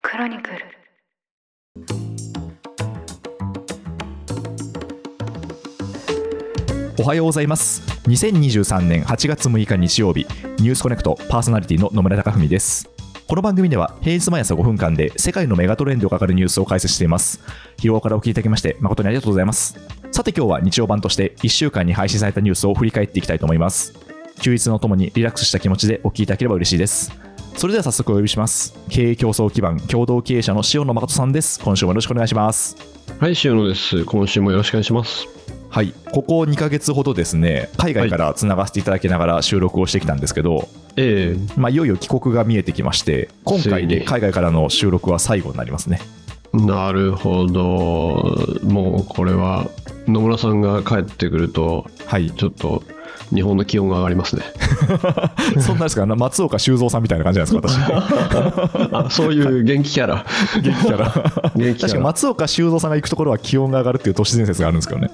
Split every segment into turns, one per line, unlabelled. クロニクル
おはようございます2023年8月6日日曜日ニュースコネクトパーソナリティの野村貴文ですこの番組では平日毎朝5分間で世界のメガトレンドがかかるニュースを解説しています日頃からお聞きいただきまして誠にありがとうございますさて今日は日曜版として1週間に配信されたニュースを振り返っていきたいと思います休日のともにリラックスした気持ちでお聞きいただければ嬉しいですそれでは早速お呼びします経営競争基盤共同経営者の塩野誠さんです今週もよろしくお願いします
はい、塩野です。今週もよろしくお願いします。
はい、ここ2ヶ月ほどですね、海外からつながせていただきながら収録をしてきたんですけど、
ええ
まあ、いよいよ帰国が見えてきまして、今回で海外からの収録は最後になりますね。
なるほど。もうこれは野村さんが帰ってくると、
はい、
ちょっと日本の気温が上がりますね。
そんなですか、な松岡修造さんみたいな感じなんです か、
あそういう元気キャラ。
私、元気から。確
元気キ
か
ャラ。
松岡修造さんが行くところは気温が上がるっていう都市伝説があるんですけどね。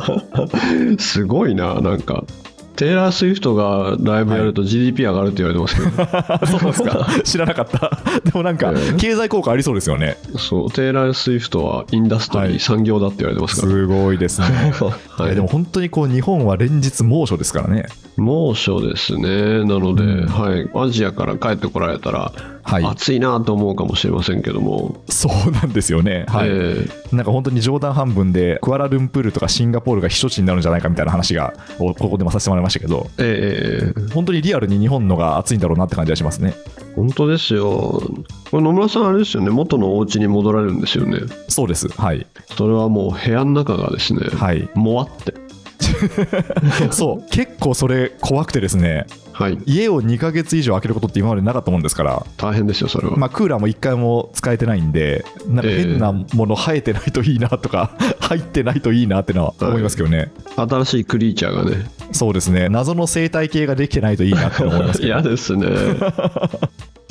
すごいな、なんか。テイラー・スウィフトがライブやると GDP 上がるって言われてますけど、
そうなんですか、知らなかった。 でもなんか、経済効果ありそうですよね。
そう、テイラー・スウィフトはインダストリー、
はい
産業だって言われてますから。
すごいですね。い
は
や
い
でも本当にこう日本は連日猛暑ですからね。
猛暑ですね、なので、
うん
はい、アジアから帰ってこられたら、
はい
暑いなと思うかもしれませんけども、
そうなんですよね。はい。
えー
なんか本当に冗談半分でクアラルンプールとかシンガポールが避暑地になるんじゃないかみたいな話がおここでもさせてもらいましたけど
えー
本当にリアルに日本のが暑いんだろうなって感じがしますね
本当ですよ、これ野村さん、あれですよね、元のお家に戻られるんですよね、
そうですはい
それはもう部屋の中がですね、
はい
もわって、
そう結構それ怖くてですね
はい、
家を2ヶ月以上開けることって今までなかったもんですから、
大変ですよ、それは。
まあ、クーラーも1回も使えてないんでなんか変なもの生えてないといいなとか 入ってないといいなってのは思いますけどね
新しいクリーチャーがね、
そうですね謎の生態系ができてないといいなって思 いますけど
嫌ですね。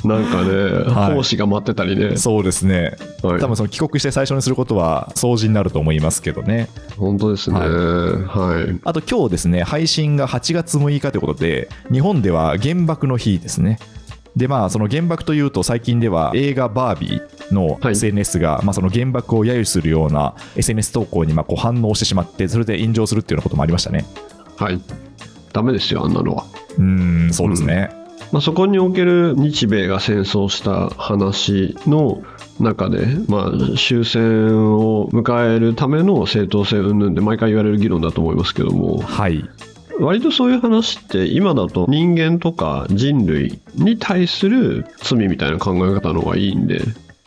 なんかね、
はい
奉仕が待ってたりね、
そうですね
はい
多分その帰国して最初にすることは掃除になると思いますけどね。
本当ですね、
はい
はい、
あと今日ですね、配信が8月6日ということで、日本では原爆の日ですね。でまあ、その原爆というと最近では映画「バービー」の
はい
SNS が、まあ、その原爆を揶揄するような SNS 投稿にまあこう反応してしまってそれで炎上するっていうようなこともありましたね
はい、ダメですよ、あんなのは。
うーんそうですね、
まあ、そこにおける日米が戦争した話の中で、まあ、終戦を迎えるための正当性云々で毎回言われる議論だと思いますけども
はい
割とそういう話って今だと人間とか人類に対する罪みたいな考え方の方がいいんで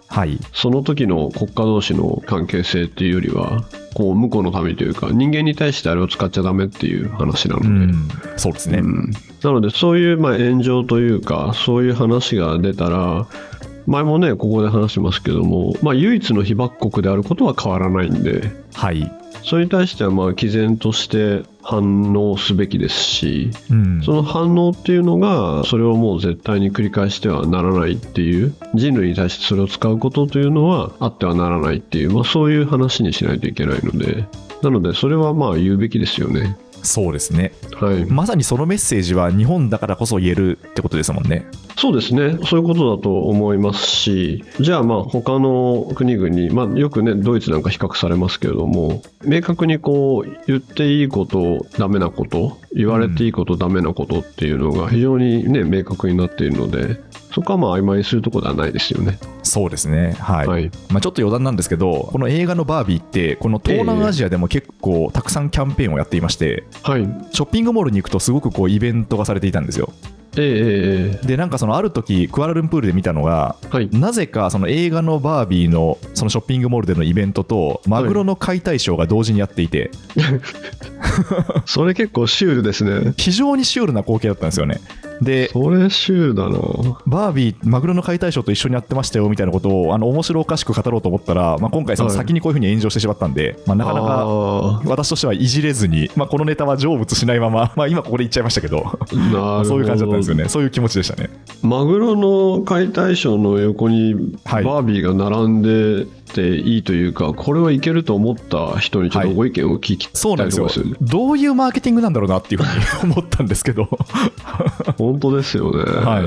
はい
その時の国家同士の関係性っていうよりはこう向こうのためというか人間に対してあれを使っちゃダメっていう話なの
う
で。
んそうですね、
うんなのでそういうまあ炎上というかそういう話が出たら前もねここで話してますけども、まあ、唯一の被爆国であることは変わらないんで
はい、
それに対してはまあ毅然として反応すべきですし
うん、
その反応っていうのがそれをもう絶対に繰り返してはならないっていう人類に対してそれを使うことというのはあってはならないっていう、まあ、そういう話にしないといけないのでなのでそれはまあ言うべきですよね。
そうですね
はい、
まさにそのメッセージは日本だからこそ言えるってことですもんね
そうですね、そういうことだと思いますし、じゃあ、まあ他の国々、まあ、よくね、ドイツなんか比較されますけれども、明確にこう言っていいこと、ダメなこと、言われていいこと、ダメなことっていうのが非常にね、明確になっているので、そこはまあ曖昧にするところではないですよね。
そうですね、はい
はい、
まあ、ちょっと余談なんですけど、この映画のバービーって、この東南アジアでも結構たくさんキャンペーンをやっていまして、
はい、
ショッピングモールに行くと、すごくこうイベントがされていたんですよ。
えええええ
で、なんかそのある時クアラルンプールで見たのが、
え はい、
なぜかその映画のバービーのそのショッピングモールでのイベントと、マグロの解体ショーが同時にやっていて、
それ結構シュールですね。
非常にシュールな光景だったんですよね。で、
それシュールだな。
バービー、マグロの解体ショーと一緒にやってましたよみたいなことを、あの面白おかしく語ろうと思ったら、まあ、今回、その先にこういうふうに炎上してしまったんで、まあ、なかなか
あ
私としてはいじれずに、まあ、このネタは成仏しないまま、まあ、今ここで言っちゃいましたけど、
ーなるほ ど
そういう感じだったんですよね、そういう気持ちでしたね。
マグロの解体ショーの横に
は
バ
い
ービーが並んでていいというか、これはいけると思った人にちょっ
は
と
い
ご意見を聞き
そうな
た
ん
い
で
と
す
こ
よ
ですよね。、
どういうマーケティングなんだろうなっていうふうに思ったんですけど、
本当ですよね。
は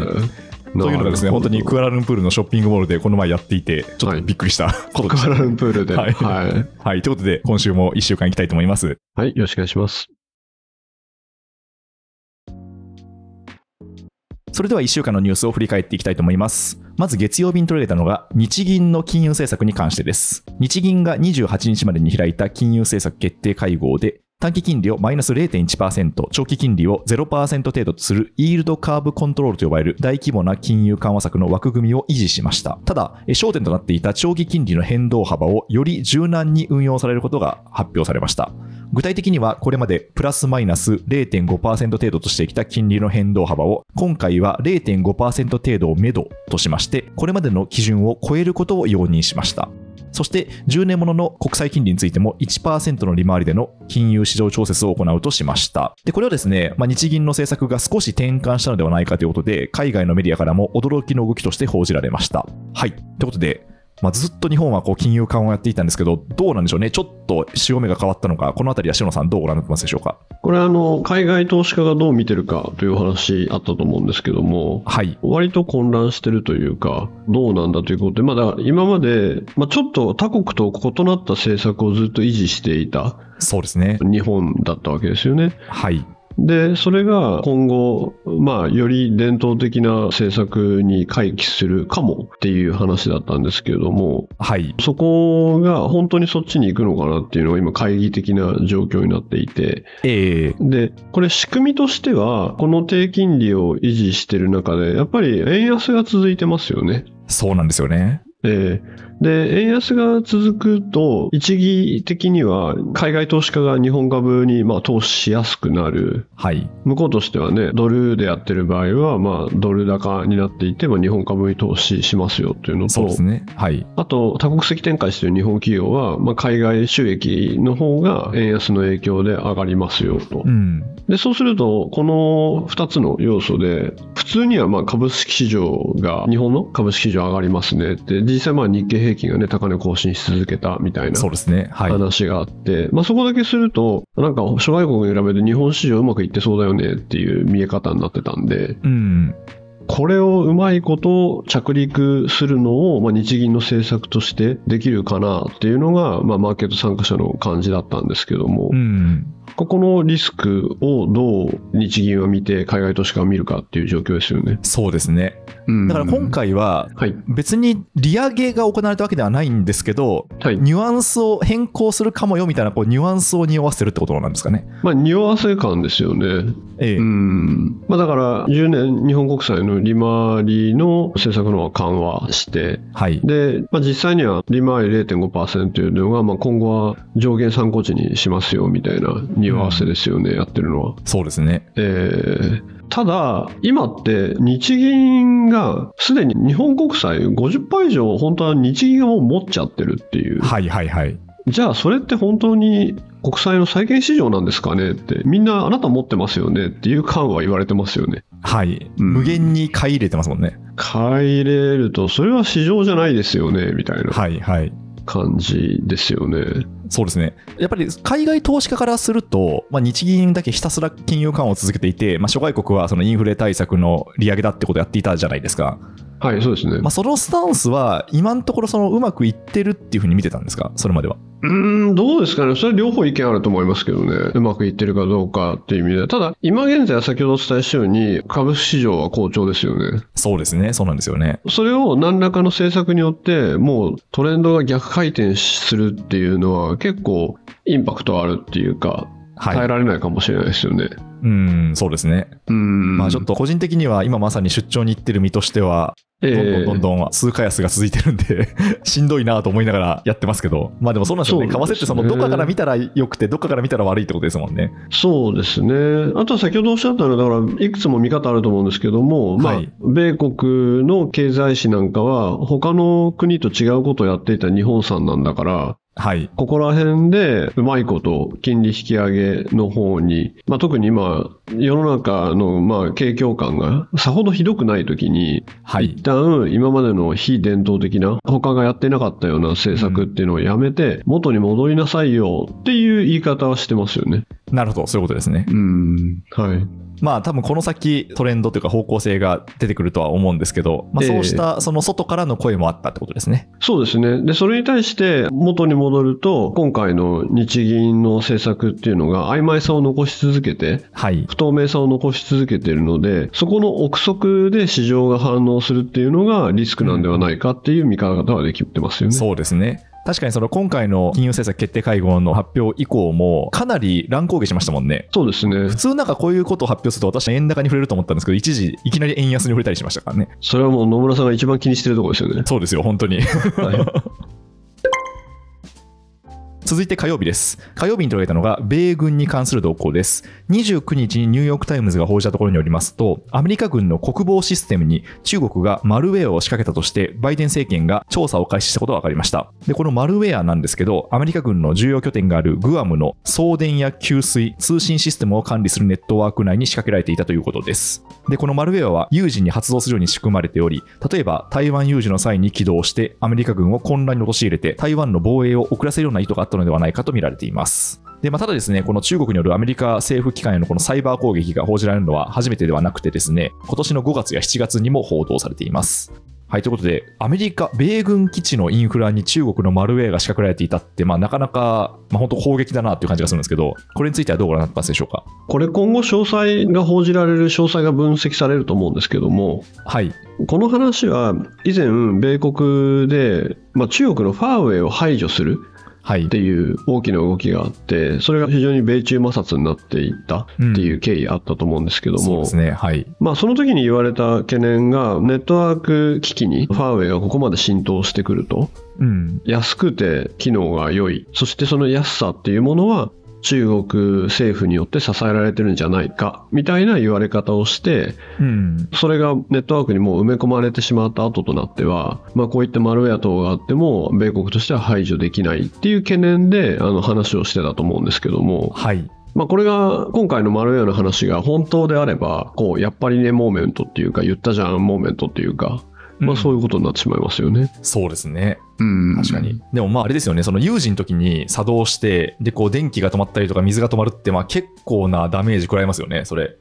というのがですね、本当にクアラルンプールのショッピングモールでこの前やっていて、ちょっとびっくりしたことで
ク
し
ア
た。
ラルンプールで。
はい
はい。
はい、ということで、今週も1週間いきたいと思います。
はい、よろしくお願いします。
それでは1週間のニュースを振り返っていきたいと思います。まず月曜日に取り上げたのが日銀の金融政策に関してです。日銀が28日までに開いた金融政策決定会合で、短期金利をマイナス0.1%、長期金利を0%程度とするイールドカーブコントロールと呼ばれる大規模な金融緩和策の枠組みを維持しました。ただ、え焦点となっていた長期金利の変動幅をより柔軟に運用されることが発表されました。具体的にはこれまでプラスマイナス0.5%程度としてきた金利の変動幅を今回は0.5%程度をめどとしましてこれまでの基準を超えることを容認しましたそして10年ものの国債金利についても1%の利回りでの金融市場調節を行うとしましたでこれはですね、まあ、日銀の政策が少し転換したのではないかということで海外のメディアからも驚きの動きとして報じられましたはいということでまあ、ずっと日本はこう金融緩和をやっていたんですけど、どうなんでしょうね、ちょっと潮目が変わったのか、このあたりは篠野さん、どうご覧になってますでしょうか。
これあの、海外投資家がどう見てるかというお話あったと思うんですけども、
はい、
割と混乱してるというか、どうなんだということで、まあだから今まで、まあ、ちょっと他国と異なった政策をずっと維持していた
そうですね、
日本だったわけですよね。
はい、
で、それが今後、まあ、より伝統的な政策に回帰するかもっていう話だったんですけれども、
はい、
そこが本当にそっちに行くのかなっていうのが今、懐疑的な状況になっていて、
えー、
で、これ仕組みとしては、この低金利を維持してる中で、やっぱり円安が続いてますよね。
そうなんですよね。
えーで、円安が続くと、一義的には海外投資家が日本株にまあ投資しやすくなる。
はい、
向こうとしてはね、ドルでやってる場合は、まあ、ドル高になっていて、まあ、日本株に投資しますよっていうの
そう
と
で、すね、はい、
あと、多国籍展開している日本企業は、まあ、海外収益の方が円安の影響で上がりますよと
う。ん、
で、そうすると、この2つの要素で、普通にはまあ株式市場が、日本の株式市場上がりますねって、実際まあ日経平均がね、高値更新し続けたみたいな
そうですね、はい、
話があって、まあ、そこだけすると、なんか諸外国に比べて日本市場うまくいってそうだよねっていう見え方になってたんで、
うん、
これをうまいこと着陸するのを、まあ、日銀の政策としてできるかなっていうのが、まあ、マーケット参加者の感じだったんですけども
う、ん、
ここのリスクをどう日銀は見て、海外投資家は見るかっていう状況ですよね。
そうですね。
うん
だから今、回は、
はい、
別に利上げが行われたわけではないんですけど、
はい
ニュアンスを変更するかもよみたいなこうニュアンスを匂わせてるってことなんですかね。
まあ、匂わせ感ですよね。
ええ
うんまあ、だから、10年、日本国債の利回りの政策の方は緩和して、
はい、
で、まあ、実際には利回り0.5%というのが、まあ、今後は上限参考値にしますよみたいな匂わせですよね、やってるのは。
そうですね。
えーただ、今って日銀がすでに日本国債50%以上、本当は日銀がもう持っちゃってるっていう、
はい、はい、はい。
じゃあ、それって本当に国債の債券市場なんですかねって、みんなあなた持ってますよねっていう感は言われてますよね。
はい、
うん
無限に買い入れてますもんね。
買い入れると、それは市場じゃないですよねみたいな
はいはい、
感じですよね。
そうですね、やっぱり海外投資家からすると、まあ、日銀だけひたすら金融緩和を続けていて、まあ、諸外国はそのインフレ対策の利上げだってことをやっていたじゃないですか、
はい、そうですね。
まあ、そのスタンスは、今のところそのうまくいってるっていうふうに見てたんですか、それまでは。
うーん、どうですかね、それは両方意見あると思いますけどね、うまくいってるかどうかっていう意味で、ただ、今現在は先ほどお伝えしたように、株式市場は好調ですよね。
そうですね、そうなんですよね。
それを何らかの政策によって、もうトレンドが逆回転するっていうのは、結構インパクトあるっていうか、耐
は
え
い、
られないかもしれないですよね。
うん、そうですね。
うーん、
まあ、ちょっと個人的には、今まさに出張に行ってる身としては、
ええ、
どんどんどんどん通貨安が続いてるんで、 しんどいなと思いながらやってますけど、まあでもそうなんですよね、為
そう
替
で
っ
す
て
ね
そのどっかから見たら良くて、どっかから見たら悪いってことですもんね。
そうですね、あとは先ほどおっしゃったのは、だからいくつも見方あると思うんですけども、まあ
はい
米国の経済誌なんかは、他の国と違うことをやっていた日本産なんだから、
はい、
ここら辺でうまいこと、金利引き上げの方に、まあ、特に今、世の中のまあ景況感がさほどひどくないときに、
はい
一、旦今までの非伝統的な、他がやってなかったような政策っていうのをやめて、元に戻りなさいよっていう言い方はしてますよね。
なるほど、そういうことですね。
うん、はい。
まあ多分この先トレンドというか方向性が出てくるとは思うんですけど、まあ、
ええ
そうしたその外からの声もあったってことですね。
そうですね。で、それに対して元に戻ると、今回の日銀の政策っていうのが曖昧さを残し続けて、
はい。
不透明さを残し続けているので、そこの憶測で市場が反応するっていうのがリスクなんではないかっていう見方ができてますよね。
そうですね。確かにその今回の金融政策決定会合の発表以降もかなり乱高下しましたもんね。
そうですね
普。通なんかこういうことを発表すると私は円高に触れると思ったんですけど、一時いきなり円安に触れたりしましたからね。。
それはもう野村さんが一番気にしてるところですよね
そうですよ、本当に。
はい
続いて火曜日です。火曜日に取り上げたのが、米軍に関する動向です。29日にニューヨーク・タイムズが報じたところによりますと、アメリカ軍の国防システムに中国がマルウェアを仕掛けたとして、バイデン政権が調査を開始したことが分かりました。で、このマルウェアなんですけど、アメリカ軍の重要拠点があるグアムの送電や給水、通信システムを管理するネットワーク内に仕掛けられていたということです。で、このマルウェアは有事に発動するように仕組まれており、例えば台湾有事の際に起動して、アメリカ軍を混乱に陥れて、台湾の防衛を遅らせるような意図があったのではないかと見られています。でまあ、ただですね、この中国によるアメリカ政府機関へのこのサイバー攻撃が報じられるのは初めてではなくてですね、今年の5月や7月にも報道されています。はい、ということで、アメリカ、米軍基地のインフラに中国のマルウェアが仕掛けられていたって、まあ、なかなか、まあ、本当攻撃だなという感じがするんですけど、これについてはどうご覧になってますでしょうか。
これ今後詳細が報じられる、詳細が分析されると思うんですけども、
はい、
この話は以前、米国で、まあ、中国のファーウェイを排除する
はい
っ、ていう大きな動きがあって、それが非常に米中摩擦になっていったっていう経緯あったと思うんですけど
そう
も、
ですね、はい、
まあ、その時に言われた懸念が、ネットワーク機器にファーウェイがここまで浸透してくると、
うん、
安くて機能が良い、そしてその安さっていうものは、中国政府によって支えられてるんじゃないかみたいな言われ方をして、
うん、
それがネットワークにもう埋め込まれてしまった後となっては、まあ、こういったマルウェア等があっても、米国としては排除できないっていう懸念であの話をしてたと思うんですけども、
はい、
まあ、これが今回のマルウェアの話が本当であれば、こうやっぱりね、モーメントっていうか、言ったじゃん、モーメントっていうか、まあ、そう
うん
いうことになってしまいますよね。
そうですね、
うん
確かに。。でもまあ、あれですよね、その有事の時に作動して、で、こう、電気が止まったりとか、水が止まるって、まあ、結構なダメージ食らいますよね、それ。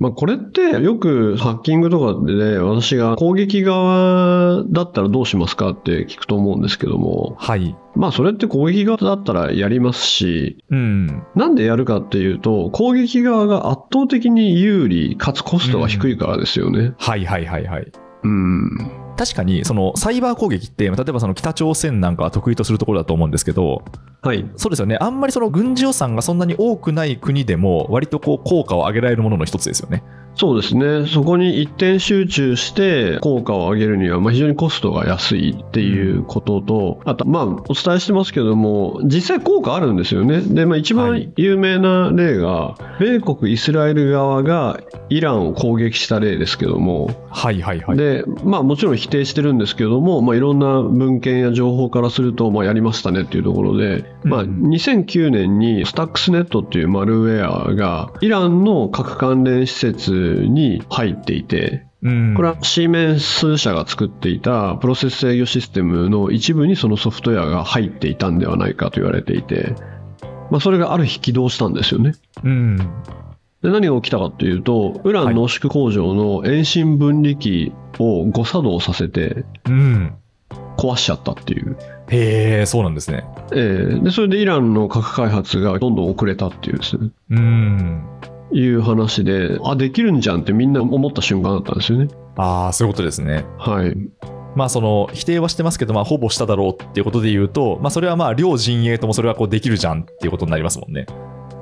まあ、これってよくハッキングとかでね、私が攻撃側だったらどうしますかって聞くと思うんですけども、
はい、
まあ、それって攻撃側だったらやりますし、
うん、
なんでやるかっていうと、攻撃側が圧倒的に有利、かつコストが低いからですよね。
はいはいはいはい。
うん。
確かに、そのサイバー攻撃って、例えばその北朝鮮なんかは得意とするところだと思うんですけど、
はい。
そうですよね、あんまりその軍事予算がそんなに多くない国でも、割とこう効果を上げられるものの一つですよね。
そうですね。そこに一点集中して効果を上げるには、まあ、非常にコストが安いっていうことと、あと、まあ、お伝えしてますけども、実際効果あるんですよね。で、まあ、一
は
番
い
有名な例が、米国、イスラエル側がイランを攻撃した例ですけども、
はいはいはい。
でまあ、もちろん否定してるんですけども、まあ、いろんな文献や情報からすると、まあ、やりましたねっていうところで、まあ、
うん
2009年にスタックスネットっていうマルウェアがイランの核関連施設に入っていて
うん、
これはシーメンス社が作っていたプロセス制御システムの一部にそのソフトウェアが入っていたんではないかと言われていて、まあ、それがある日起動したんですよね。
うん、
で何が起きたかというと、ウラン濃縮工場の遠心分離機を誤作動させて
うん。
壊しちゃったっていう、
へえ、そうなんですね。
えーでそれでイランの核開発がどんどん遅れたっていうですね。
うん。
いう話で、あ、できるんじゃんってみんな思った瞬間だったんですよね。
ああ、そういうことですね。
はい。
まあ、その否定はしてますけど、まあ、ほぼしただろうっていうことで言うと、まあ、それはまあ両陣営ともそれはこうできるじゃんっていうことになりますもんね。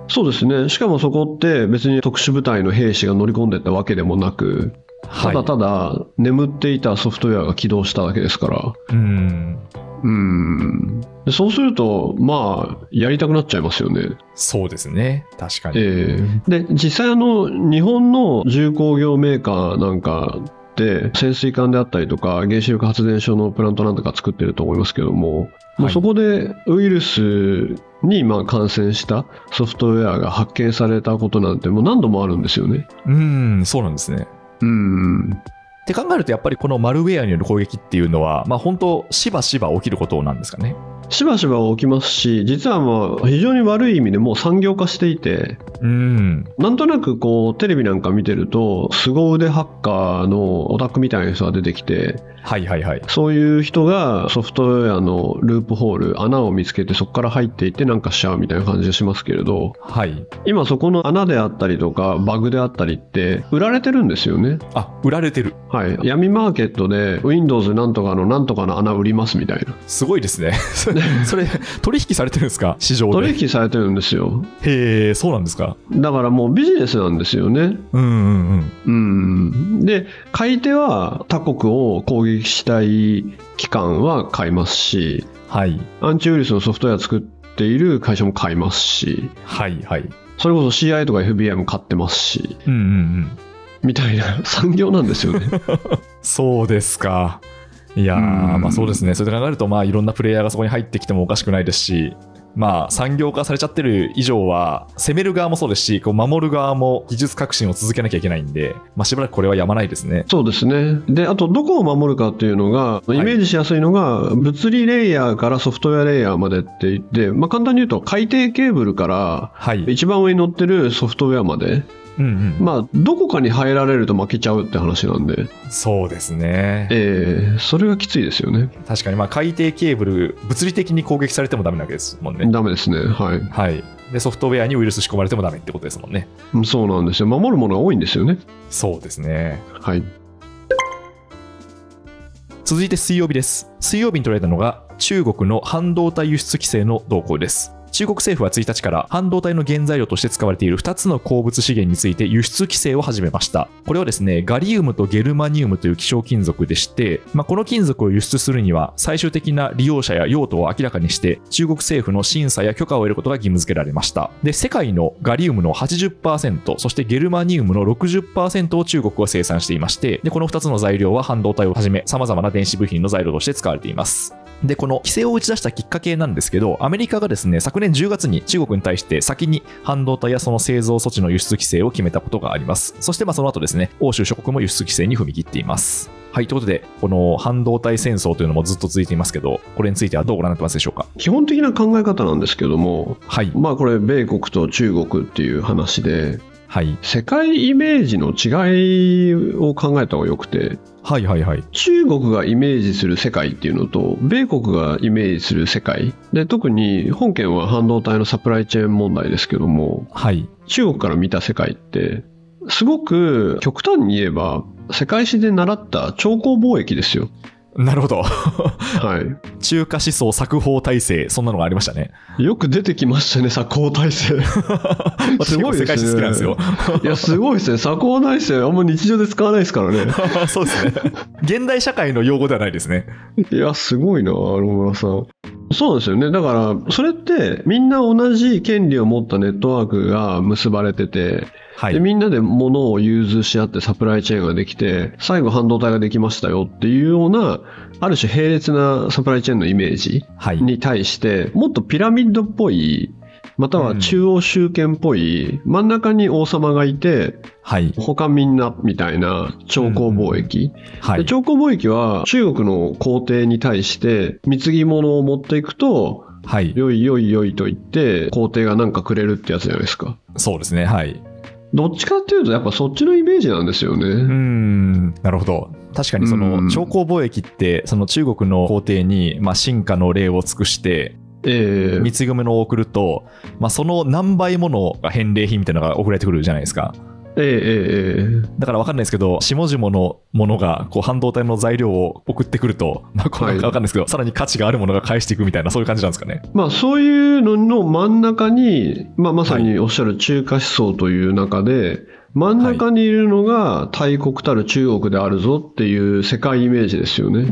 そうですね。しかもそこって別に特殊部隊の兵士が乗り込んでったわけでもなく、ただ
は
ただ眠っていたソフトウェアが起動しただけですから。
い、うん
うん。でそうすると、まあ、やりたくなっちゃいますよね。
そうですね、確かに。
ええで実際あの日本の重工業メーカーなんかで潜水艦であったりとか原子力発電所のプラントなんとか作ってると思いますけども、もうそこでウイルスにまあ感染したソフトウェアが発見されたことなんてもう何度もあるんですよね。
うん、そうなんですね。
うん
って考えると、やっぱりこのマルウェアによる攻撃っていうのは、まあ、本当、しばしば起きることなんですかね。
しばしば起きますし実はまあ非常に悪い意味でもう産業化していて
うん。
なんとなくこうテレビなんか見てると凄腕ハッカーのオタクみたいな人が出てきて
はいはいはい。
そういう人がソフトウェアのループホール穴を見つけてそこから入っていってなんかしちゃうみたいな感じがしますけれど
はい。
今そこの穴であったりとかバグであったりって売られてるんですよね
あ、売られてる。
はい闇マーケットで Windows なんとかのなんとかの穴売りますみたいな
すごいですね。 それ、それ取引されてるんですか市場で。
取引されてるんですよ
へえ、そうなんですか。
だからもうビジネスなんですよね
うんうんうん。
うんで買い手は他国を攻撃したい機関は買いますし
はい。
アンチウイルスのソフトウェア作っている会社も買いますし
はいはい。
それこそ CI とか FBI も買ってますし
うんうんうん。
みたいな 産業なんですよね
そうですか。いやー
うん
まあそうですね。それで考えると、まあいろんなプレイヤーがそこに入ってきてもおかしくないですし、まあ産業化されちゃってる以上は、攻める側もそうですし、こう守る側も技術革新を続けなきゃいけないんで、まあしばらくこれはやまないですね。
そうですねであとどこを守るかっていうのが
い
イメージしやすいのが物理レイヤーからソフトウェアレイヤーまでって言って、まあ、簡単に言うと海底ケーブルから
はい。うん
一番上に乗ってるソフトウェアまで
うん。
まあどこかに入られると負けちゃうって話なんで
そうですね。
ええそれがきついですよね。
確かに、まあ、海底ケーブル、物理的に攻撃されてもダメなわけですもんね。
ダメですね。はい。
はい。で、ソフトウェアにウイルス仕込まれてもダメってことですもんね。
うんそうなんですよ。守るものが多いんですよね。
そうですね。
はい。
続いて水曜日です。水曜日に取られたのが、中国の半導体輸出規制の動向です。中国政府は1日から半導体の原材料として使われている2つの鉱物資源について輸出規制を始めました。これはですね、ガリウムとゲルマニウムという希少金属でして、まあ、この金属を輸出するには最終的な利用者や用途を明らかにして、中国政府の審査や許可を得ることが義務付けられました。で、世界のガリウムの80%、そしてゲルマニウムの60%を中国は生産していまして、で、この2つの材料は半導体をはじめ、様々な電子部品の材料として使われています。で、この規制を打ち出したきっかけなんですけど、アメリカがですね、昨年10月に中国に対して先に半導体やその製造措置の輸出規制を決めたことがあります。そして、まあその後ですね、欧州諸国も輸出規制に踏み切っています。はい、ということで、この半導体戦争というのもずっと続いていますけど、これについてはどうご覧になってますでしょうか。
基本的な考え方なんですけども、
はい、
まあこれ、米国と中国っていう話で、
はい、
世界イメージの違いを考えた方がよくて、
はい、はい、はい。
中国がイメージする世界っていうのと、米国がイメージする世界。で、特に本件は半導体のサプライチェーン問題ですけども、
はい、
中国から見た世界ってすごく極端に言えば世界史で習った超高貿易ですよ。
なるほど。
は
中華思想作法体制、そんなのがありましたね。
い。よく出てきましたね、左高 体制。
私
すごい
結構世
ですね
界史好きなんですよ。
いや、すごいですね。左高体制、あんま日常で使わないですからね。
そうですね。現代社会の用語ではないですね。
いや、すごいな、野村さん。そうなんですよね。だから、それってみんな同じ権利を持ったネットワークが結ばれてて、
は
で
い。
みんなで物を融通し合ってサプライチェーンができて最後半導体ができましたよっていうようなある種並列なサプライチェーンのイメージ
はい。
に対してもっとピラミッドっぽいまたは中央集権っぽい、真ん中に王様がいて
はい。
他みんなみたいな超高貿易、
は
で
い。
超高貿易は中国の皇帝に対して貢ぎ物を持っていくと
はい。
よいよいよいと言って皇帝がなんかくれるってやつじゃないですか。
そうですね。はい。
どっちかっていうと、やっぱそっちのイメージなんですよ
うー
ね。
ん。なるほど。確かにそうの
ん
朝貢貿易って、その中国の皇帝に、まあ、進化の礼を尽くして、
ええ
貢ぐものを送ると、まあ、その何倍ものが返礼品みたいなのが送られてくるじゃないですか。
えええええ
だからわかんないですけど、下々のものがこう半導体の材料を送ってくると、まあ、これ
はい
わかんないですけど、さらに価値があるものが返していくみたいな、そういう感じなんですかね
え。まあそういうのの真ん中に、まあ、まさにおっしゃる中華思想という中で、真ん中にいるのが大国たる中国であるぞっていう世界イメージですよ
う
ね。
ー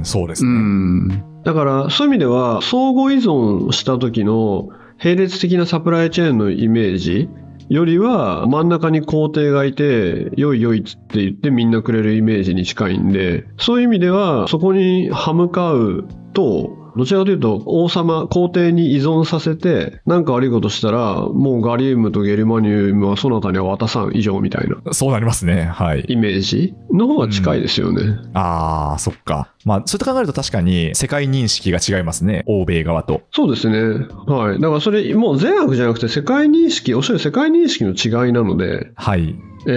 ん、そうです
う
ね。
ん。だからそういう意味では、相互依存した時の並列的なサプライチェーンのイメージよりは真ん中に皇帝がいて、よいよいっつって言ってみんなくれるイメージに近いんで、そういう意味ではそこに歯向かうと、どちらかというと王様皇帝に依存させて何か悪いことしたらもうガリウムとゲルマニウムはそなたには渡さん以上みたいな
そうなりますね。はい。
イメージの方が近いですよね、
ああ、そっか。まあ、そうやって考えると確かに世界認識が違いますね。欧米側と。
そうですねはいだからそれもう善悪じゃなくて世界認識おっしゃる世界認識の違いなので
はい。
え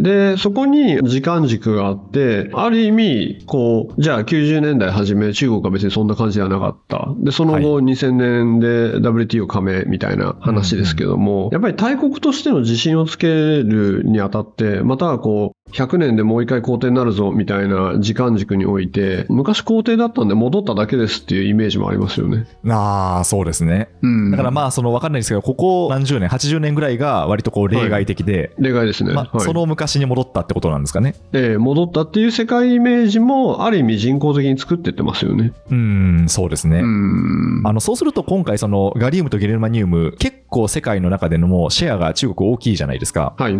ーでそこに時間軸があってある意味こうじゃあ90年代初め中国は別にそんな感じではなかったでその後2000年で WTO 加盟みたいな話ですけども、やっぱり大国としての自信をつけるにあたってまたはこう100年でもう一回皇帝になるぞみたいな時間軸において昔皇帝だったんで戻っただけですっていうイメージもありますよね。
ああ、そうですね。
うん、
だからまあ、その分かんないですけど、ここ何十年、80年ぐらいが割とこう例外的で、
例外ですね、
まあ、
はい
その昔に戻ったってことなんですかね。
えー戻ったっていう世界イメージもある意味人工的に作ってってますよね。
うん、そうですね。
うん
あのそうすると今回、そのガリウムとゲルマニウム、結構世界の中でのもうシェアが中国大きいじゃないですか。
はい、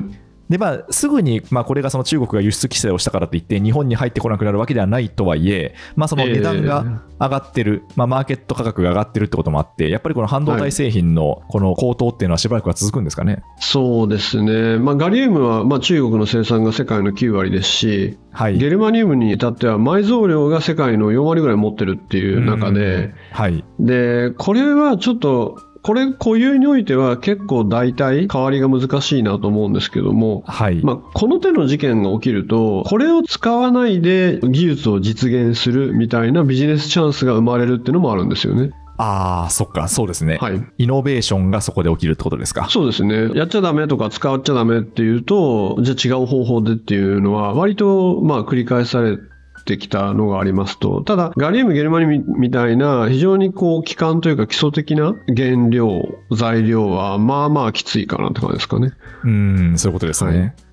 で、まあ、すぐに、まあ、これがその中国が輸出規制をしたからといって、日本に入ってこなくなるわけではないとはいえ、まあ、その値段が上がってる、まあ、マーケット価格が上がってるってこともあって、やっぱりこの半導体製品のこの高騰っていうのはしばらくは続くんですかね。
そうですね、まあ、ガリウムはまあ中国の生産が世界の9割ですし、
はい。
ゲルマニウムに至っては埋蔵量が世界の4割ぐらい持ってるっていう中で、
はい。
でこれはちょっと、これ、固有においては結構代替、変わりが難しいなと思うんですけども、
はい。
まあ、この手の事件が起きると、これを使わないで技術を実現するみたいなビジネスチャンスが生まれるっていうのもあるんですよね。
ああ、そっか、そうですね。
はい、
イノベーションがそこで起きるってことですか。
そうですね。やっちゃダメとか使っちゃダメっていうと、じゃあ違う方法でっていうのは、割とまあ繰り返されてきたのがありますと、ただ、ガリウム、ゲルマニウムみたいな、非常にこう、基幹というか基礎的な原料、材料は、まあまあきついかなって感じですかね。
うーん、そういうことですね。
は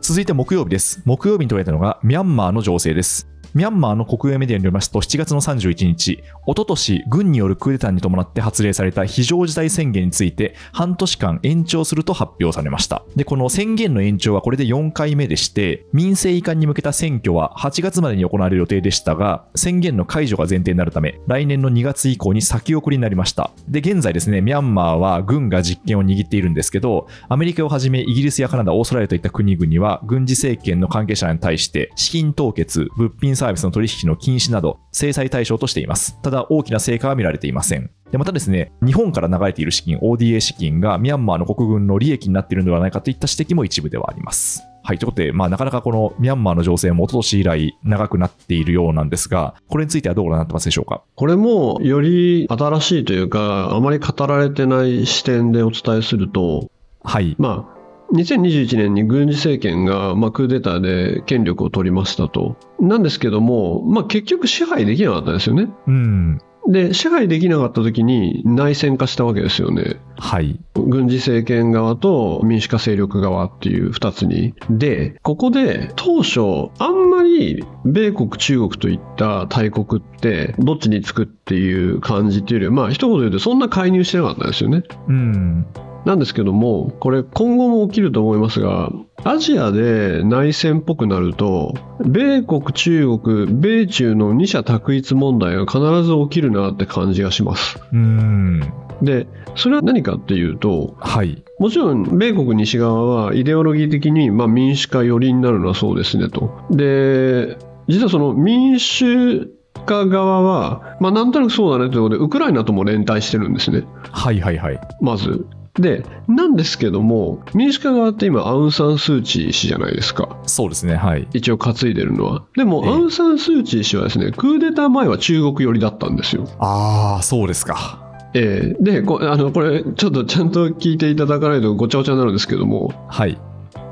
続いて木曜日です。木曜日に取られたのがミャンマーの情勢です。ミャンマーの国営メディアによりますと、7月の31日、おととし、軍によるクーデターに伴って発令された非常事態宣言について、半年間延長すると発表されました。で、この宣言の延長はこれで4回目でして、民政移管に向けた選挙は8月までに行われる予定でしたが、宣言の解除が前提になるため、来年の2月以降に先送りになりました。で、現在ですね、ミャンマーは軍が実権を握っているんですけど、アメリカをはじめイギリスやカナダ、オーストラリアといった国々は、軍事政権の関係者に対して、資金凍結、物品サービスの取引の禁止など、制裁対象としています。ただ、大きな成果は見られていません。でまたですね、日本から流れている資金、ODA 資金がミャンマーの国軍の利益になっているのではないかといった指摘も一部ではあります。はい、ということで、まあ、なかなかこのミャンマーの情勢も一昨年以来長くなっているようなんですが、これについてはどうご覧になってますでしょうか。
これも、より新しいというか、あまり語られてない視点でお伝えすると、
はい、
まあ、2021年に軍事政権が、まあ、クーデターで権力を取りましたと。なんですけども、まあ、結局支配できなかったんですよね。
うん、
で、支配できなかった時に内戦化したわけですよね。
はい、
軍事政権側と民主化勢力側っていう二つに。で、ここで当初、あんまり米国、中国といった大国って、どっちにつくっていう感じっていうよりは、まあ、一言で言うとそんな介入してなかったんですよね。
うん、
なんですけども、これ今後も起きると思いますが、アジアで内戦っぽくなると、米国、中国、米中の二者択一問題が必ず起きるなって感じがします。
うん、
で、それは何かっていうと、
はい、
もちろん米国西側はイデオロギー的にまあ民主化寄りになるのはそうですねと。で、実はその民主化側は、まあなんとなくそうだねということで、ウクライナとも連帯してるんですね。
はい、はい、はい、
まず。で、なんですけども、民主化側って今、アウン・サン・スー・チー氏じゃないですか。
そうですね、はい。
一応担いでるのは。でも、
ええ
アウン・サン・スー・チー氏はですね、クーデター前は中国寄りだったんですよ。
ああ、そうですか。
ええでこ、あの、これ、ちょっとちゃんと聞いていただかないとごちゃごちゃになるんですけども、
はい、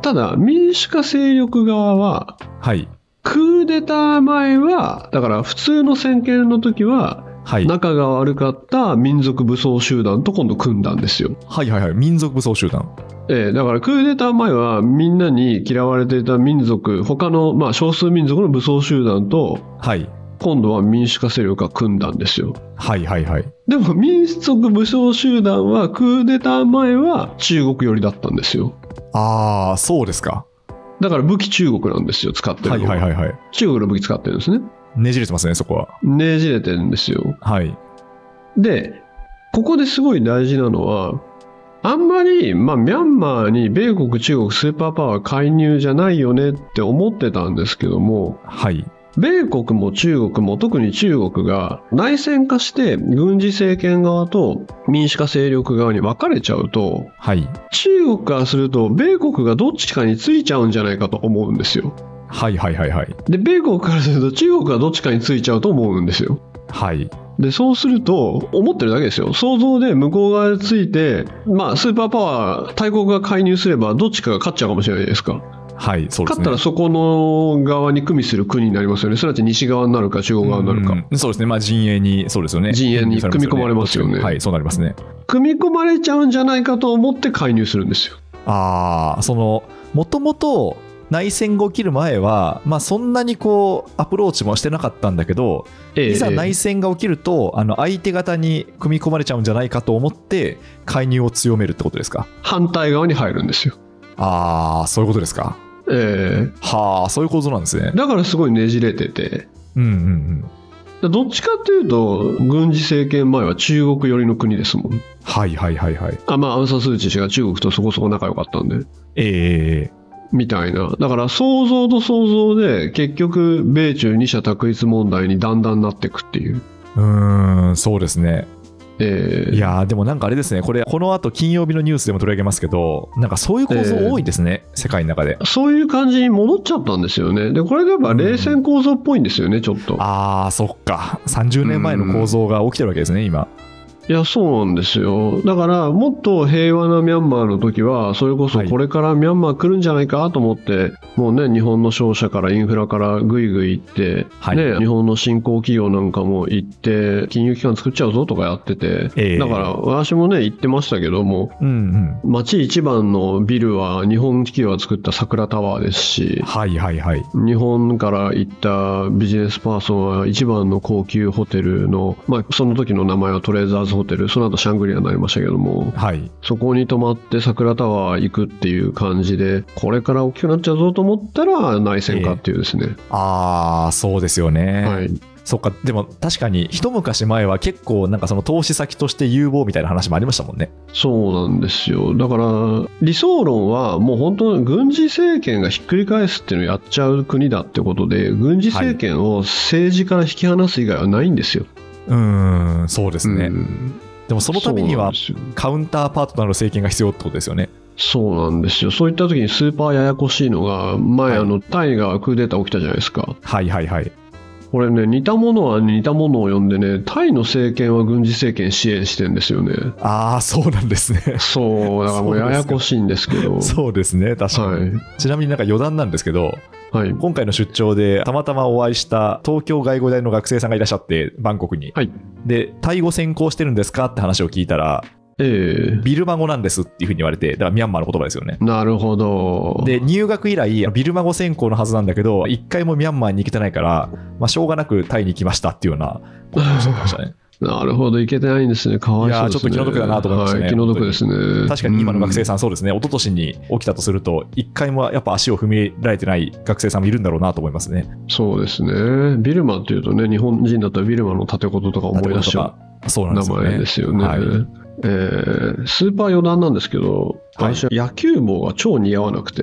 ただ、民主化勢力側は、
はい、
クーデター前は、だから普通の選挙の時は、
はい、
仲が悪かった民族武装集団と今度組んだんですよ。
はい、はい、はい、民族武装集団。
ええだからクーデター前はみんなに嫌われていた民族他のまあ少数民族の武装集団と
はい、
今度は民主化勢力が組んだんですよ
はい、はい、はい。
でも民族武装集団はクーデター前は中国寄りだったんですよ
ああ、そうですか。
だから武器中国なんですよ使ってる
は
の
い、はい、はい、はい。
中国の武器使ってるんですね
ねじれてますね、そこは。
ねじれてるんですよ。
はい。
で、ここですごい大事なのは、あんまり、まあ、ミャンマーに米国、中国、スーパーパワー介入じゃないよねって思ってたんですけども、
はい。
米国も中国も特に中国が内戦化して軍事政権側と民主化勢力側に分かれちゃうと、
はい。
中国からすると米国がどっちかについちゃうんじゃないかと思うんですよ。
はいはいはいはい。
で、米国からすると中国がどっちかについちゃうと思うんですよ。
はい。
でそうすると思ってるだけですよ想像で向こう側について、まあ、スーパーパワー大国が介入すればどっちかが勝っちゃうかもしれないですか
はい、そうです
勝っ
ね。
たらそこの側に組みする国になりますよねすなわち西側になるか中央側になるか、
うんそうですね、まあ、陣営に、そうですよね。
陣営に組み込まれますよね
はい、そうなりますね。
組み込まれちゃうんじゃないかと思って介入するんですよ
ああ、その、もともと内戦が起きる前は、まあ、そんなにこう、アプローチもしてなかったんだけど、
ええ
いざ内
え
戦が起きると、あの相手方に組み込まれちゃうんじゃないかと思って、介入を強めるってことですか
え。反対側に入るんですよ
ああ、そういうことですか。
え
はあ、そういう構造なんですね
え。だからすごいねじれてて
うんうんうん。
どっちかっていうと軍事政権前は中国寄りの国ですもん
はいはいはいはい。
あまあアウン・サン・スー・チー氏が中国とそこそこ仲良かったんで
ええ
みたいな。だから想像と想像で結局米中二者択一問題にだんだんなっていくっていう。
うーん、そうですね。
えー
いやーでもなんかあれですね、これ、この後金曜日のニュースでも取り上げますけど、なんかそういう構造多いですね、世界の中で。
そういう感じに戻っちゃったんですよね。で、これがやっぱ冷戦構造っぽいんですよね、ちょっと。
あー、そっか、30年前の構造が起きてるわけですね、今。
いや、そうなんですよ。だから、もっと平和なミャンマーの時は、それこそ
はい
これからミャンマー来るんじゃないかと思って、もうね、日本の商社からインフラからぐいぐい行って、
はい
ね、日本の新興企業なんかも行って、金融機関作っちゃうぞとかやってて、
ええ
だから、私もね、行ってましたけども、
うん
町一番のビルは日本企業が作った桜タワーです
う
し
ん。はいはいはい。
日本から行ったビジネスパーソンは一番の高級ホテルの、まあ、その時の名前はトレーザーズホテルその後シャングリアになりましたけども
はい。
そこに泊まって桜タワー行くっていう感じでこれから大きくなっちゃうぞと思ったら内戦かっていうですね、
あー、そうですよね。
はい、
そっか、でも確かに、一昔前は結構、なんかその投資先として有望みたいな話もありましたもんね。
そうなんですよだから理想論はもう本当に軍事政権がひっくり返すっていうのをやっちゃう国だってことで軍事政権を政治から引き離す以外はないんですよ。
うーん、そうですね。
うん
でもそのためには、
そうなんですよ
カウンターパートナーの政権が必要ってことですよね。
そうなんですよそういった時にスーパーややこしいのが前、
はい
あのタイがクーデター起きたじゃないですか
はいはいはい。
これね似たものは似たものを呼んでねタイの政権は軍事政権支援してんです よね
あー、そうなんですね。
そうだからもうややこしいんですけど
そうですね、確かに。
は
ちなみになんか余談なんですけど、
いはい
今回の出張でたまたまお会いした東京外語大の学生さんがいらっしゃって、バンコクに。
はい
で、タイ語専攻してるんですかって話を聞いたら、
ええ
ビルマ語なんですっていうふうに言われて、だからミャンマーの言葉ですよね。
なるほど。
で、入学以来、ビルマ語専攻のはずなんだけど、一回もミャンマーに行けてないから、まあ、しょうがなくタイに行きましたっていうようなことをおっしゃってま したね。
なるほど、いけてないんですね。かわいそうですね。
いやーちょっと気の毒だなと思いましたね
は気の毒ですね。
確かに今の学生
ん。
さん、そうですね、一昨年に起きたとすると、一回もやっぱ足を踏み入れられてない学生さんもいるんだろうなと思いますね。
そうですね。ビルマっていうとね、日本人だったらビルマの盾事とか思い出しちゃ
そう
う
なんで
名
すよね。
前ですよね。
はい
えースーパー余談なんですけど、
はい
私は野球帽が超似合わな くて、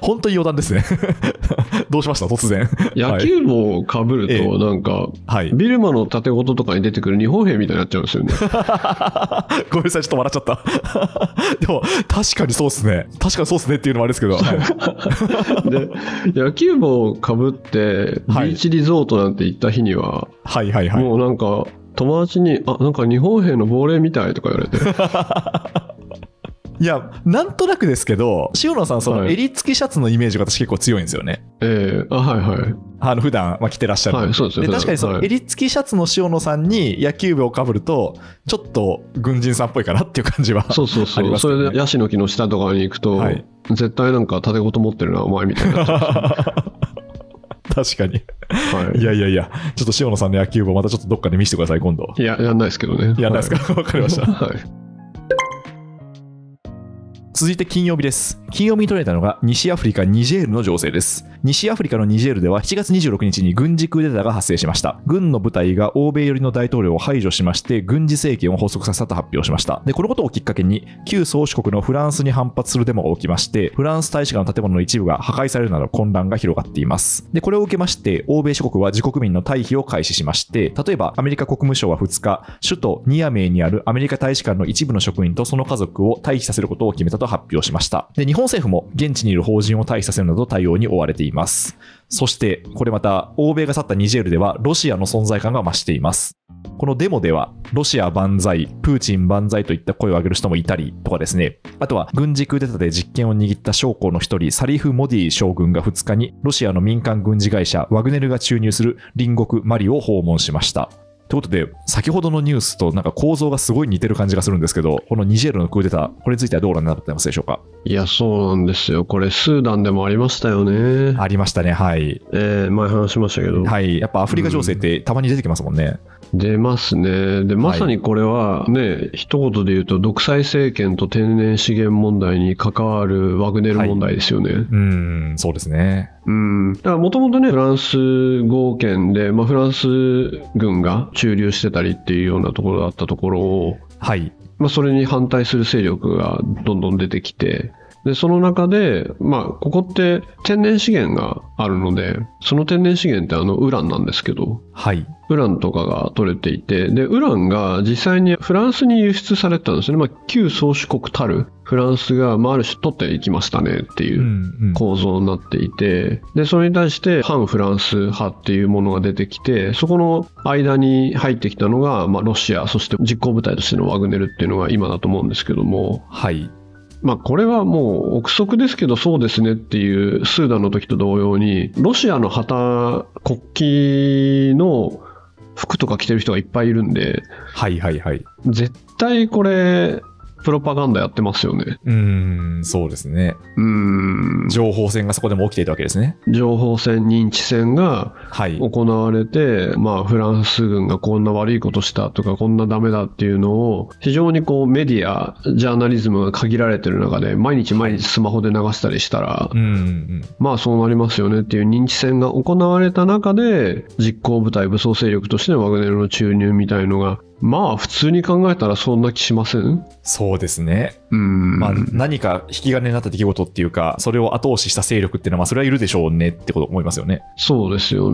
本当に余談ですね。 どうしました突然。
野球帽をかぶる
え
と、なんか、
はい。
ビルマの盾事とかに出てくる日本兵みたいになっちゃうんですよね。
ごめんなさい、ちょっと笑っちゃった。 でも、確かにそうですね。確かにそうですねっていうのもあれですけど。はい
で、野球帽をかぶって、ビ
はい
ーチリゾートなんて行った日には、
はいはいはい。
もうなんか友達に「あなんか日本兵の亡霊みたい」とか言われて
いや、なんとなくですけど、塩野さん、その
はい
襟付きシャツのイメージが私結構強いんですよね。
ええあはいはい
あの、普段、まあ、着てらっしゃる。
はいそうです
で、
ね普段
確かにその
はい
襟付きシャツの塩野さんに野球部をかぶると、ちょっと軍人さんっぽいかなっていう感じは。
そうそう
あ
そ
り
う、
ますよ
そ
ね
れでヤシの木の下とかに行くと、
はい
絶対なんか縦事持ってるなお前 みたいな、は
確かに。
い、
いやいやいや、ちょっと塩野さんの野球部をまたちょっとどっかで見せてください、今度。
いややんないですけどね
やらないですか、わかりました。
はい、はい
続いて金曜日です。金曜日に取られたのが西アフリカ・ニジェールの情勢です。西アフリカのニジェールでは7月26日に軍事クーデターが発生しました。軍の部隊が欧米寄りの大統領を排除しまして、軍事政権を発足させたと発表しました。で、このことをきっかけに、旧宗主国のフランスに反発するデモが起きまして、フランス大使館の建物の一部が破壊されるなど混乱が広がっています。で、これを受けまして、欧米諸国は自国民の退避を開始しまして、例えばアメリカ国務省は2日、首都ニアメイにあるアメリカ大使館の一部の職員とその家族を退避させることを決めたと発表しました。で、日本政府も現地にいる邦人を退避させるなど対応に追われています。そして、これまた、欧米が去ったニジェールでは、ロシアの存在感が増しています。このデモでは、ロシア万歳、プーチン万歳といった声を上げる人もいたりとかですね、あとは軍事クーデターで実権を握った将校の一人、サリフ・モディ将軍が2日に、ロシアの民間軍事会社、ワグネルが注入する隣国マリを訪問しました。ということで、先ほどのニュースとなんか構造がすごい似てる感じがするんですけど、このニジェールのクーデター、これについてはどうご覧になってますでしょうか。
いや、そうなんですよ。これ、スーダンでもありましたよね。
ありましたね、はい。
えー前話しましたけど、
はい、やっぱアフリカ情勢ってたまに出てきますもんね。
出ますね。で、まさにこれはね、一言で言うと、独裁政権と天然資源問題に関わるワグネル問題ですよね。
うーん、そうですね。
うん。だから、もともとね、フランス合憲で、まあ、フランス軍が駐留してたりっていうようなところだったところを、
はい。
まあ、それに反対する勢力がどんどん出てきて、でその中で、まあ、ここって天然資源があるので、その天然資源ってあのウランなんですけど、
はい。
ウランとかが取れていて、で、ウランが実際にフランスに輸出されてたんですね。まあ、旧宗主国たるフランスが、まあ、ある種取っていきましたねっていううん
うん、
構造になっていてでそれに対して反フランス派っていうものが出てきてそこの間に入ってきたのが、まあ、ロシアそして実行部隊としてのワグネルっていうのが今だと思うんですけども、
はい。
まあ、これはもう憶測ですけどそうですねっていうスーダンの時と同様にロシアの旗国旗の服とか着てる人がいっぱいいるんで
はいはいはい。
絶対これプロパガンダやってますよね。
うーん、そうですね。
うん
情報戦がそこでも起きていたわけですね。
情報戦認知戦が
はい。
行われて、まあ、フランス軍がこんな悪いことしたとかこんなダメだっていうのを非常にこうメディアジャーナリズムが限られてる中で毎日毎日スマホで流したりしたら、
うんうん
まあそうなりますよねっていう認知戦が行われた中で実行部隊武装勢力としてのワグネルの注入みたいのがまあ普通に考えたらそんな気しません
そうですね、
うん、
まあ、何か引き金になった出来事っていうか、それを後押しした勢力っていうのは、まあ、それはいるでしょうねってこと思いますよね。
そうですよ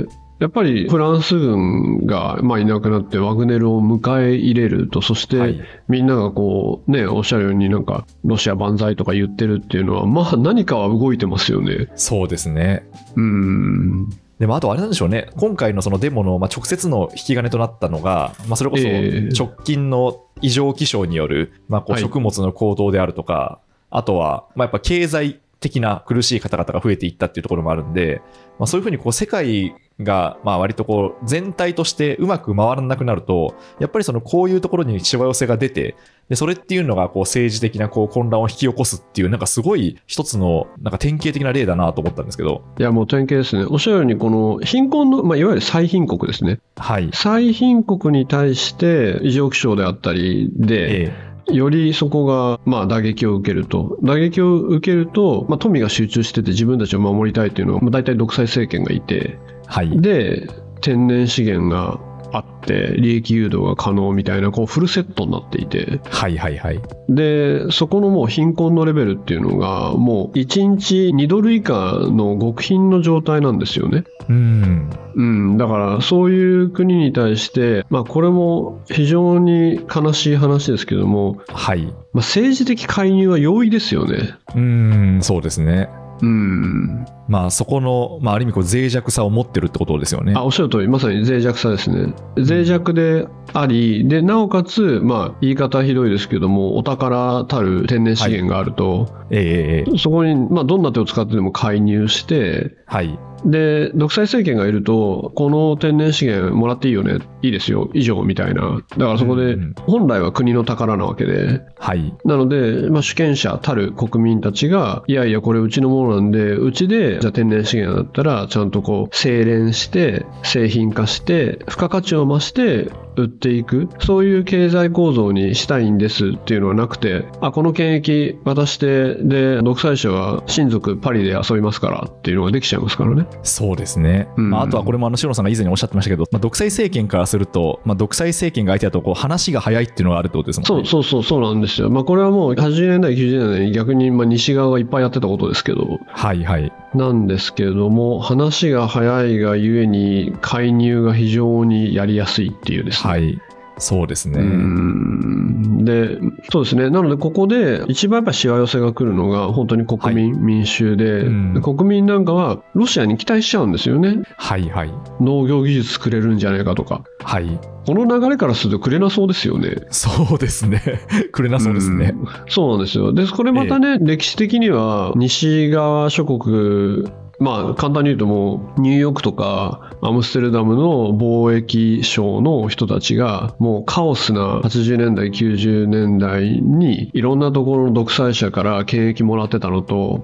ね。やっぱりフランス軍が、まあ、いなくなってワグネルを迎え入れるとそし
はい
てみんながこう、ね、おっしゃるようになんかロシア万歳とか言ってるっていうのは、まあ、何かは動いてますよね。
そうですね。
うん
でもあとあれなんでしょうね、今回のそのデモの、まあ、直接の引き金となったのが、まあ、それこそ
ええ
直近の異常気象による、まあ、こう
はい
食物の高騰であるとか、あとは、まあ、やっぱ経済的な苦しい方々が増えていったっていうところもあるんで、まあ、そういうふうにこう世界がまあ割とこう全体としてうまく回らなくなると、やっぱりそのこういうところにしわ寄せが出て、でそれっていうのがこう政治的なこう混乱を引き起こすっていう、なんかすごい一つのなんか典型的な例だなと思ったんですけど、
いやもう典型ですね、おっしゃるように、この貧困の、まあ、いわゆる最貧国ですね、
はい。
最貧国に対して異常気象であったりで、
ええ
よりそこが、まあ、打撃を受けると、打撃を受けると、まあ、富が集中してて、自分たちを守りたいというのは、まあ、大体独裁政権がいて、
はい。
で、天然資源があって、利益誘導が可能みたいな、こうフルセットになっていて、
はいはいはい。
で、そこのもう貧困のレベルっていうのが、もう1日2ドル以下の極貧の状態なんですよね。
うん。
うん、だからそういう国に対して、まあ、これも非常に悲しい話ですけども、
はい。
まあ、政治的介入は容易ですよね。
うん、そうですね。
うん、
まあそこの、まあある意味こう脆弱さを持ってるってことですよね。
あおっしゃる通り、まさに脆弱さですね。脆弱であり、でなおかつ、まあ、言い方ひどいですけども、お宝たる天然資源があると、
ええええええ
そこに、まあ、どんな手を使ってでも介入して、
はい。
で独裁政権がいるとこの天然資源もらっていいよねいいですよ以上みたいなだからそこで
うんうん
本来は国の宝なわけで
はい。
なので、まあ、主権者たる国民たちがいやいやこれうちのものなんでうちでじゃあ天然資源だったらちゃんとこう精錬して製品化して付加価値を増して売っていくそういう経済構造にしたいんですっていうのはなくてあこの権益渡してで独裁者は親族パリで遊びますからっていうのができちゃいますからね
そうですね、
うん
まあ、あとはこれもあの白野さんが以前におっしゃってましたけど、まあ、独裁政権からすると、まあ、独裁政権が相手だとこう話が早いっていうのがあるってことですも
そ
ん
う
ね。
そうそうそうなんですよまあこれはもう80年代90年代に逆にまあ西側がいっぱいやってたことですけど
はいはい、
なんですけれども話が早いがゆえに介入が非常にやりやすいっていうですね、
はい、そうですね。
うんでそうですねなのでここで一番やっぱしわ寄せが来るのが本当に国民、民衆で、
うん
で国民なんかはロシアに期待しちゃうんですよね
はいはい、
農業技術くれるんじゃないかとか
はい、
この流れからするとくれなそうですよね
そうですね。 くれなそうですね。
んそうなんですよでこれまたね、歴史的には西側諸国まあ簡単に言うともうニューヨークとかアムステルダムの貿易商の人たちがもうカオスな80年代90年代にいろんなところの独裁者から権益もらってたのと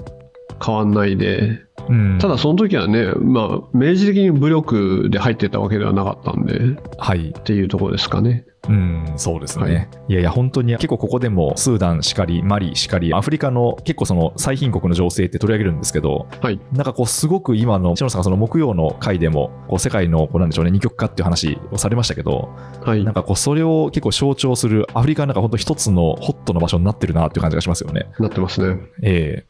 変わんないで
うん、
ただその時はねまあ明示的に武力で入ってたわけではなかったんでっ
はい、
ていうところですかね
うん、そうですね。
はい
い、やいや、本当に結構ここでもスーダンしかり、マリしかり、アフリカの結構その最貧国の情勢って取り上げるんですけど、
はい
なんかこう、すごく今の、篠野さんがその木曜の回でも、こう世界のこうなんでしょうね、二極化っていう話をされましたけど、
はい
なんかこう、それを結構象徴する、アフリカのなんか本当一つのホットな場所になってるなっていう感じがしますよね。
なってますね
ええ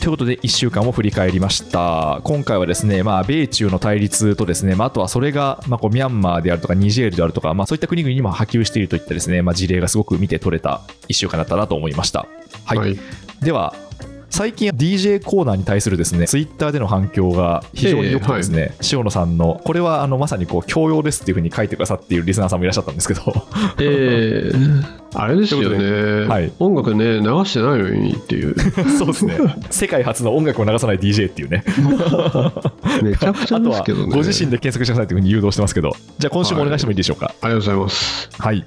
ということで1週間を振り返りました今回はですね、まあ、米中の対立とですね、まあ、あとはそれが、まあ、こうミャンマーであるとかニジェールであるとか、まあ、そういった国々にも波及しているといったですね、まあ、事例がすごく見て取れた1週間だったなと思いました、はい
はい
では最近 DJ コーナーに対するですねツイッターでの反響が非常に良くてですね、塩野さんのこれはあのまさにこう教養ですっていうふうに書いてくださっているリスナーさんもいらっしゃったんですけ ど
ええあれですよ
と
ね、
はい
音楽ね流してないのにっ ていう
そうですね世界初の音楽を流さない DJ っていう ね
めちゃくちゃ
あと
です
は
けどね
ご自身で検索してくださいというふうに誘導してますけどじゃあ今週もお願いしてもいいでしょうか
ありがとうございます
はい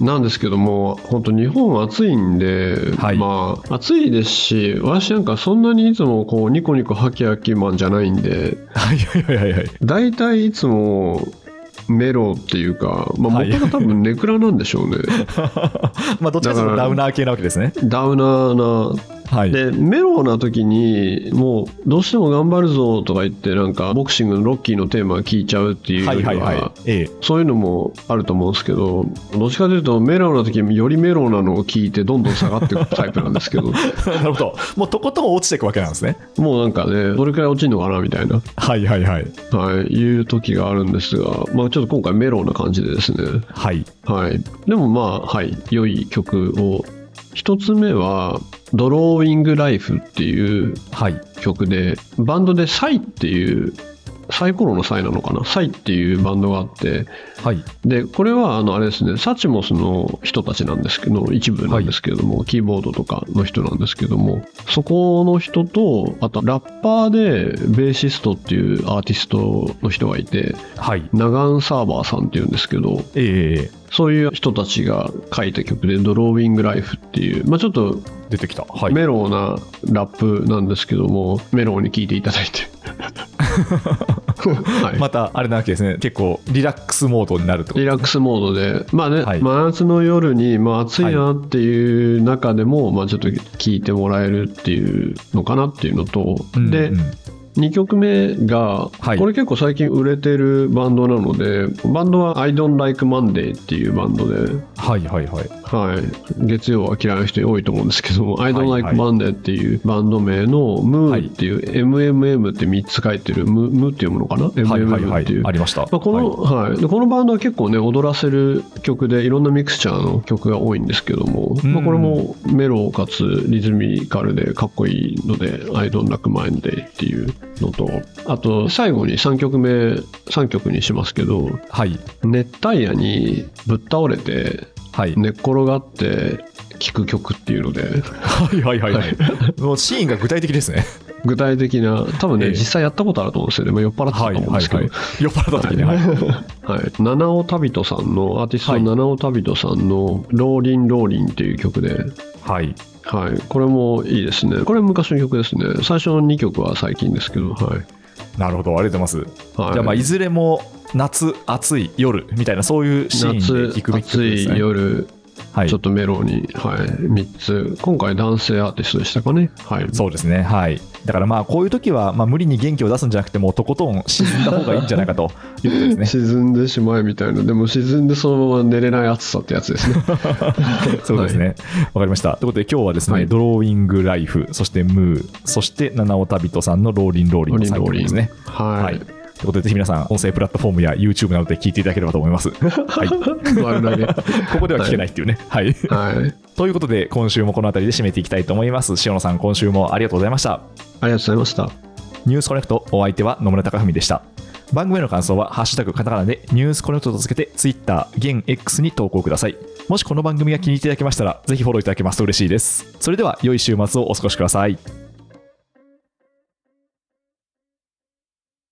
なんですけども本当日本は暑いんで、
はい
まあ暑いですし私なんかそんなにいつもこうニコニコハキハキマンじゃないんで
はいはいはいはい
大体いつもメロっていうか、まあ、
はい
元が多分ネクラなんでしょう ね、
まあどっちかというとダウナー系なわけですね
ダウナーな
はい
でメロな時にもうどうしても頑張るぞとか言ってなんかボクシングのロッキーのテーマ聞いちゃうっていう
は
よ
い
りは,、
はいはいえ え
そういうのもあると思うんですけどどっちかというとメロな時よりメロなのを聞いてどんどん下がっていくタイプなんで すけど
なるほどもうとことん落ちていくわけなんですね
もうなんかねどれくらい落ちるのかなみたいな、
はいはいはい
はい、いう時があるんですが、まあ、ちょっと今回メロな感じでですね、
はい
はい、でもまあはい良い曲を一つ目は「ドローイングライフ」っていう
はい
曲でバンドでサイっていうサイコロのサイなのかなサイっていうバンドがあって
はい
でこれはあのあれですねサチモスの人たちなんですけど一部なんですけれども、キーボードとかの人なんですけどもそこの人とあとラッパーでベーシストっていうアーティストの人がいて
はい
ナガンサーバーさんっていうんですけど
ええええ
そういう人たちが書いた曲で「ドローイングライフ」っていう、まあ、ちょっと
出てきたはい
メロウなラップなんですけども、メロウに聞いていただい てはい
またあれなわけですね結構リラックスモードになるってこと
リラックスモードでまあね、
はい
真夏の夜に、まあ、暑いなっていう中でも、まあ、ちょっと聞いてもらえるっていうのかなっていうのと、
うんうん
で2曲目が、
はい
これ結構最近売れてるバンドなのでバンドは「I don't like Monday」っていうバンドで
はいはいはい
はい、月曜は嫌いな人多いと思うんですけども「
い
I don't like Monday」っていうバンド名の「ム
はい
ーっていう「MMM」って3つ書いてる「ムムーって読むのかな
は
「
い
MMM」
はいは
っていう。
いありました
まあこの
はい
はいでこのバンドは結構ね踊らせる曲でいろんなミクスチャーの曲が多いんですけども、
うん
まあ、これもメロかつリズミカルでかっこいいので「I don't like Monday」っていうのとあと最後に3曲目3曲にしますけど
はい
熱帯夜にぶっ倒れて
はい
寝っ転がって聴く曲っていうので
はいはいはいはいもうシーンが具体的ですね
具体的な多分
え
ね、
え
実際やったことあると思うんですよね、まあ、酔っ払ってたと
はい
思うん
はい
ですけ
は
ど
い酔っ払った時ねはい
はい七尾旅人さんのアーティストの七尾旅人さんの「ローリンローリン」っていう曲で
はい
はい、これもいいですね。これ昔の曲ですね。最初の2曲は最近ですけど、はい。
なるほど、ありがとうございます。
はい、
じゃあ、まあ、いずれも夏、暑い、夜みたいな、そういうシーンで
夏
聞くべき曲
暑
です
い
ね。
夜、
はい
ちょっとメロに、はい、3つ今回男性アーティストでしたかねはい
そうですね、はい、だからまあこういう時はまあ無理に元気を出すんじゃなくてもうとことん沈んだ方がいいんじゃないかということ ですね。
沈んでしまえみたいなでも沈んでそのまま寝れない暑さってやつですね
そうですね。わ、かりました。ということで、今日はですね、
はい
ドローイングライフ、そしてムー、そして七尾旅人さんのローリンローリンの3曲ですね。
は
はいい。ということで、ぜひ皆さん、音声プラットフォームや YouTube などで聞いていただければと思います。 はい。
丸投げは
ここでは聞けないっていうね。はい。
い
ということで、今週もこの辺りで締めていきたいと思います。塩野さん、今週もありがとうございました。
ありがとうございました
ニュースコネクトお相手は野村貴文でした番組への感想は「ハッシュタグカタカナ」で「ニュースコネクト」とつけて Twitter 現 X に投稿くださいもしこの番組が気に入っていただけましたらぜひフォローいただけますと嬉しいですそれでは良い週末をお過ごしください